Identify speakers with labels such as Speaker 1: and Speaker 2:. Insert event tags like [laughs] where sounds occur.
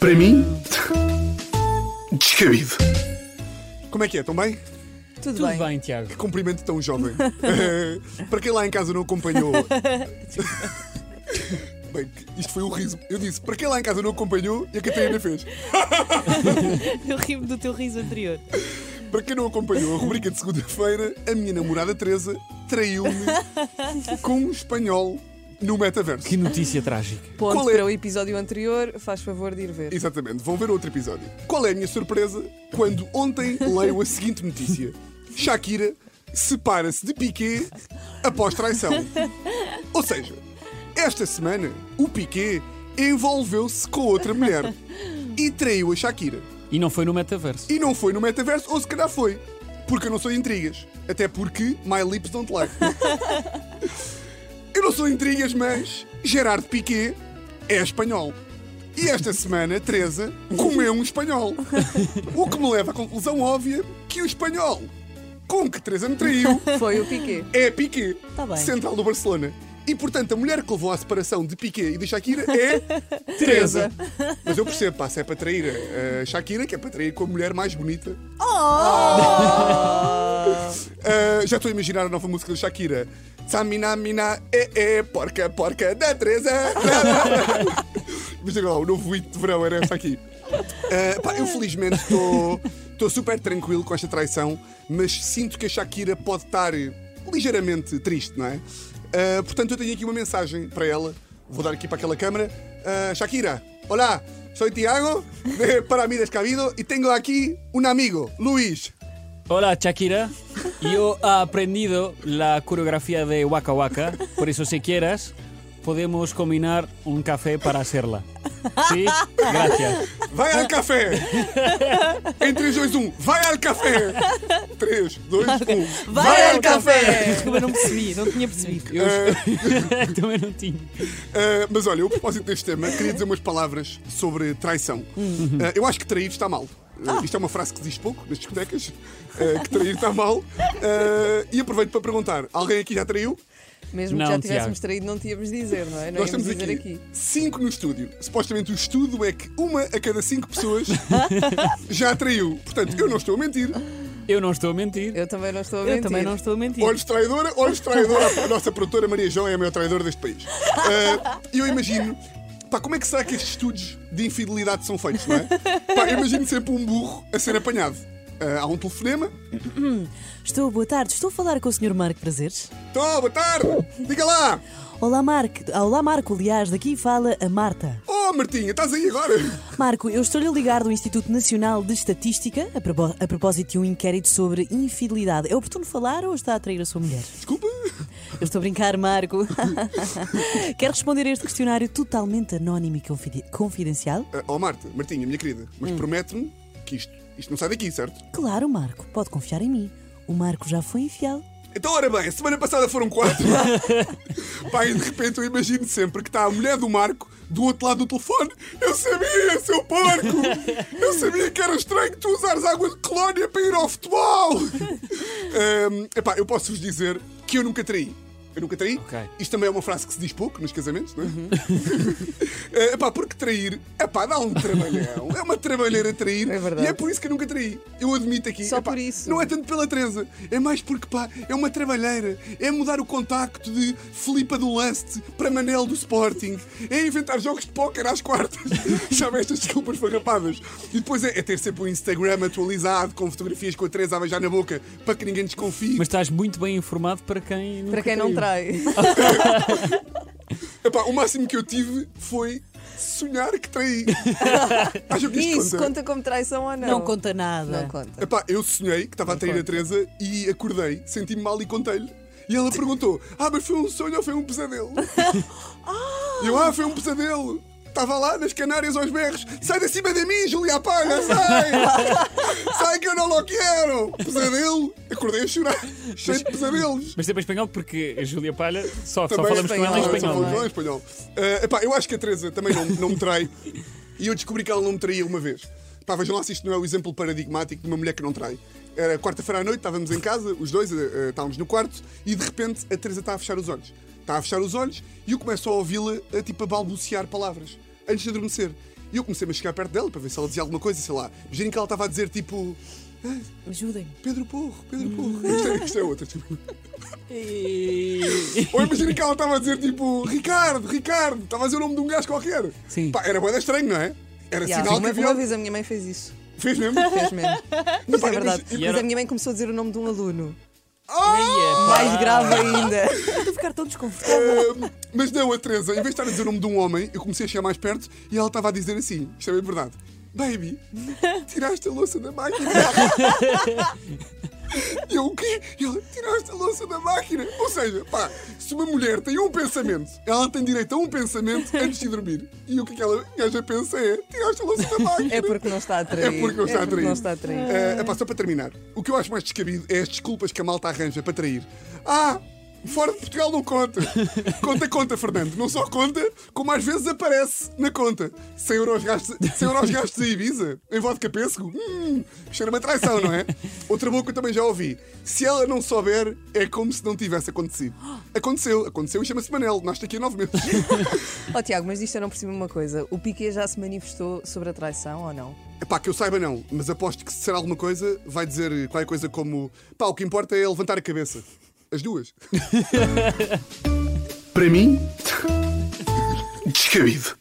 Speaker 1: Para mim, descabido.
Speaker 2: Como é que é? Estão bem?
Speaker 3: Tudo,
Speaker 4: Tudo
Speaker 3: bem.
Speaker 4: bem, Tiago.
Speaker 2: Que cumprimento tão jovem. Eh, Para quem lá em casa não acompanhou. Bem, isto foi o riso. Eu disse, para quem lá em casa não acompanhou, e a Catarina fez.
Speaker 3: Eu rimo do teu riso anterior.
Speaker 2: Para quem não acompanhou a rubrica de segunda-feira, a minha namorada Teresa traiu-me com um espanhol no metaverso.
Speaker 4: Que notícia trágica.
Speaker 3: Ponto
Speaker 2: Qual é?
Speaker 3: para o episódio anterior, faz favor de ir ver.
Speaker 2: Exatamente, vão ver outro episódio. Qual é a minha surpresa quando ontem leio a seguinte notícia: Shakira separa-se de Piqué após traição. Ou seja, esta semana o Piqué envolveu-se com outra mulher e traiu a Shakira.
Speaker 4: E não foi no metaverso.
Speaker 2: E não foi no metaverso, ou se calhar foi. Porque eu não sou de intrigas. Até porque my lips don't lie. [laughs] eu não sou de intrigas, mas Gerard Piqué é espanhol. E esta semana, Teresa comeu um espanhol. O que me leva à conclusão óbvia que o espanhol com que Teresa me traiu
Speaker 3: Foi o Piqué.
Speaker 2: é Piqué,
Speaker 3: Tá bem.
Speaker 2: central do Barcelona. E portanto, a mulher que levou à separação de Piqué e de Shakira
Speaker 3: [laughs]
Speaker 2: é Teresa. Mas eu percebo, pá, se é para trair a Shakira, que é para trair com a mulher mais bonita.
Speaker 3: Oh!
Speaker 2: Ah, já estou a imaginar a nova música da Shakira. Samina, mina, é, é, porca, porca da Teresa.
Speaker 3: [laughs]
Speaker 2: Imagina lá, o novo hit de verão era esta
Speaker 3: [laughs]
Speaker 2: aqui. Ah, pá, eu felizmente estou estou super tranquilo com esta traição, mas sinto que a Shakira pode estar ligeiramente triste, não é? Ah, portanto, eu tenho aqui uma mensagem para ela. Vou dar aqui para aquela câmara. Ah, Shakira, olá, sou Tiago, de para mim descabido, e tenho aqui um amigo, Luís.
Speaker 4: Hola, Shakira. Yo he aprendido la coreografía de Waka Waka. Por eso, si quieras, podemos combinar un café para hacerla. ¿Sí? Gracias.
Speaker 2: Vai ao café! em 3, 2, 1, vai ao café! 3, 2, 1,
Speaker 3: Vai,
Speaker 2: vai
Speaker 3: ao
Speaker 2: ao
Speaker 3: café!
Speaker 2: café!
Speaker 3: Desculpa, não percebi, não tinha percebido.
Speaker 4: Yo [laughs] también no tengo.
Speaker 2: Uh, mas olha, eu, a propósito deste tema, queria dizer umas palavras sobre traição.
Speaker 3: Hum.
Speaker 2: Uh, eu acho que trair está mal.
Speaker 3: Ah.
Speaker 2: Uh, isto é uma frase que se diz pouco nas discotecas, uh, que trair está mal. Uh, e aproveito para perguntar: alguém aqui já traiu?
Speaker 3: Mesmo
Speaker 4: Não,
Speaker 3: que já tivéssemos
Speaker 4: Tiago.
Speaker 3: traído, não tínhamos de dizer, não é? Não
Speaker 2: Nós
Speaker 3: íamos
Speaker 2: temos
Speaker 3: dizer
Speaker 2: aqui,
Speaker 3: aqui.
Speaker 2: cinco no estúdio. Supostamente o estudo é que uma a cada cinco
Speaker 3: [laughs]
Speaker 2: pessoas já traiu. Portanto, eu não estou a mentir.
Speaker 4: Yo no estoy a mentir.
Speaker 3: Eu também não estou a mentir.
Speaker 5: Eu também não estou a mentir.
Speaker 2: Olhos traidora, olhos traidora. A nossa produtora Maria João é a maior traidora deste país. Ah, E eu imagino. Pá, como é que será que estes estudos de infidelidade são feitos, não é? Pá, eu imagino sempre um burro a ser apanhado. Ah, há um telefonema.
Speaker 5: Estou, boa tarde. Estou a falar com o Sr. Marco Prazeres.
Speaker 2: Tô, Então, "Oh, boa tarde! Diga lá!
Speaker 5: Olá, Marco. Ah, Olá, Marco. Aliás, daqui fala a Marta.
Speaker 2: Oh, Martinha, estás aí agora?
Speaker 5: Marco, eu estou-lhe a ligar do Instituto Nacional de Estatística a, propo- a propósito de um inquérito sobre infidelidade. É oportuno falar ou está a trair a sua mulher?
Speaker 2: Desculpa.
Speaker 5: Eu estou a brincar, Marco. [laughs] Quer responder a este questionário totalmente anónimo e confide- confidencial?
Speaker 2: Ah, oh, Marta, Martinha, minha querida, mas promete-me que isto, isto não sai daqui, certo?
Speaker 5: Claro, Marco. Pode confiar em mim. O Marco já foi infiel.
Speaker 2: Então, ora bem, a semana passada foram quatro.
Speaker 3: [laughs]
Speaker 2: Pá, e de repente eu imagino sempre que está a mulher do Marco do outro lado do telefone. Eu sabia, seu porco! Eu sabia que era estranho tu usares água de colónia para ir ao
Speaker 3: [laughs]
Speaker 2: futebol! Hum, epá, eu posso-vos dizer que eu nunca traí. Eu nunca traí.
Speaker 4: Ok.
Speaker 2: Isto também é uma frase que se diz pouco nos casamentos, não é?
Speaker 3: Uhum.
Speaker 2: [laughs] Eh, epá, porque trair, epá, dá um trabalhão. É uma trabalheira trair.
Speaker 3: É verdade.
Speaker 2: E é por isso que eu nunca traí. Eu admito aqui.
Speaker 3: Só
Speaker 2: epá,
Speaker 3: por isso.
Speaker 2: Não é tanto pela Teresa, é mais porque, pá, é uma trabalheira. É mudar o contacto de Filipa do Leste para Manel do Sporting. É inventar jogos de póquer às quartas. [laughs] Sabe estas desculpas farrapadas. E depois é, é ter sempre um Instagram atualizado com fotografias com a Teresa a beijar na boca para que ninguém desconfie.
Speaker 4: Mas estás muito bem informado para quem. nunca
Speaker 3: Para quem não
Speaker 4: traiu.
Speaker 3: trai.
Speaker 2: Epá, o máximo que eu tive foi sonhar que traí. Acho que isto
Speaker 3: Isso conta como traição ou não?
Speaker 5: Não conta nada.
Speaker 3: Não conta.
Speaker 2: Epá, eu sonhei que estava a trair a Teresa e acordei, senti-me mal e contei-lhe. E ela perguntou: Ah, mas foi um sonho ou foi um pesadelo? E eu, ah, foi um pesadelo. Estava lá nas Canárias aos berros. Sai de cima de mim, Julia Palha, sai! sai que eu não lo quero! Pesadelo! Acordei a chorar, cheio de pesadelos.
Speaker 4: Mas sempre em espanhol, porque a Júlia Palha só, só
Speaker 2: Também
Speaker 4: falamos com ela em
Speaker 2: espanhol,
Speaker 4: espanhol.
Speaker 2: só
Speaker 4: não é?
Speaker 2: falamos em espanhol. Ah, epá, eu acho que a Teresa também não, não me trai. E eu descobri que ela não me traía uma vez. Pá, vejam lá se isto não é o exemplo paradigmático de uma mulher que não trai. Era quarta-feira à noite, estávamos em casa, os dois ah, ah, estávamos no quarto, e de repente a Teresa está a fechar os olhos. Está a fechar os olhos e eu começo a ouvi-la a, tipo, a eh, balbuciar palavras. antes de adormecer. E eu comecei a chegar perto dela para ver se ela dizia alguma coisa, sei lá. Imaginem que ela estava a dizer tipo
Speaker 5: Ajudem-me.
Speaker 2: Pedro Porro, Pedro
Speaker 4: [laughs]
Speaker 2: Porro. Isto é, isto é outro. Tipo.
Speaker 4: E-
Speaker 2: Ou imaginem que ela estava a dizer tipo Ricardo, Ricardo, estava a dizer o nome de um gajo qualquer.
Speaker 4: Sim.
Speaker 2: Pá, era boeda estranho, não é? Era
Speaker 3: Yeah,
Speaker 2: sinal que
Speaker 3: uma,
Speaker 2: havia.
Speaker 3: uma vez a minha mãe fez [laughs] isso.
Speaker 2: Fez mesmo? [laughs]
Speaker 3: Fez mesmo. Mas
Speaker 2: Epá,
Speaker 3: é verdade.
Speaker 2: mas-
Speaker 4: e
Speaker 3: Mas
Speaker 4: era-
Speaker 3: a minha mãe começou a dizer o nome de um aluno.
Speaker 2: Ah,
Speaker 4: Epa.
Speaker 3: Mais grave ainda.
Speaker 5: Estou a ficar tão desconfortável.
Speaker 2: Ahm, Eh, mas não, a Teresa, em vez de estar a dizer o nome de um homem, eu comecei a chegar mais perto e ela estava a dizer assim: isto é bem verdade, baby, tiraste a louça da máquina. [laughs] E eu, o quê? E ela, tiraste a louça da máquina. Ou seja, pá, se uma mulher tem um pensamento, ela tem direito a um pensamento antes de dormir. E o que aquela gaja pensa é: tiraste a louça da máquina.
Speaker 3: É porque não está a trair.
Speaker 2: É porque não está a trair.
Speaker 3: não está a trair.
Speaker 2: Eh, epá, só para terminar, o que eu acho mais descabido é as desculpas que a malta arranja para trair. Ah, fora de Portugal não conta. Conta, conta, Fernando. Não só conta, como às vezes aparece na conta. 100 euros gastos, 100 euros gastos em Ibiza, em vodka pêssego. Hum, cheira uma traição, não é? Outra boa que eu também já ouvi. Se ela não souber, é como se não tivesse acontecido. Aconteceu, aconteceu e chama-se Manel. Nós aqui há nove meses.
Speaker 3: Ó Tiago, mas disto eu não percebi uma coisa. O Piquet já se manifestou sobre a traição ou não?
Speaker 2: Pá, que eu saiba não, mas aposto que se disser alguma coisa, vai dizer qualquer coisa como pá, o que importa é levantar a cabeça. As duas. Para mim, descabido.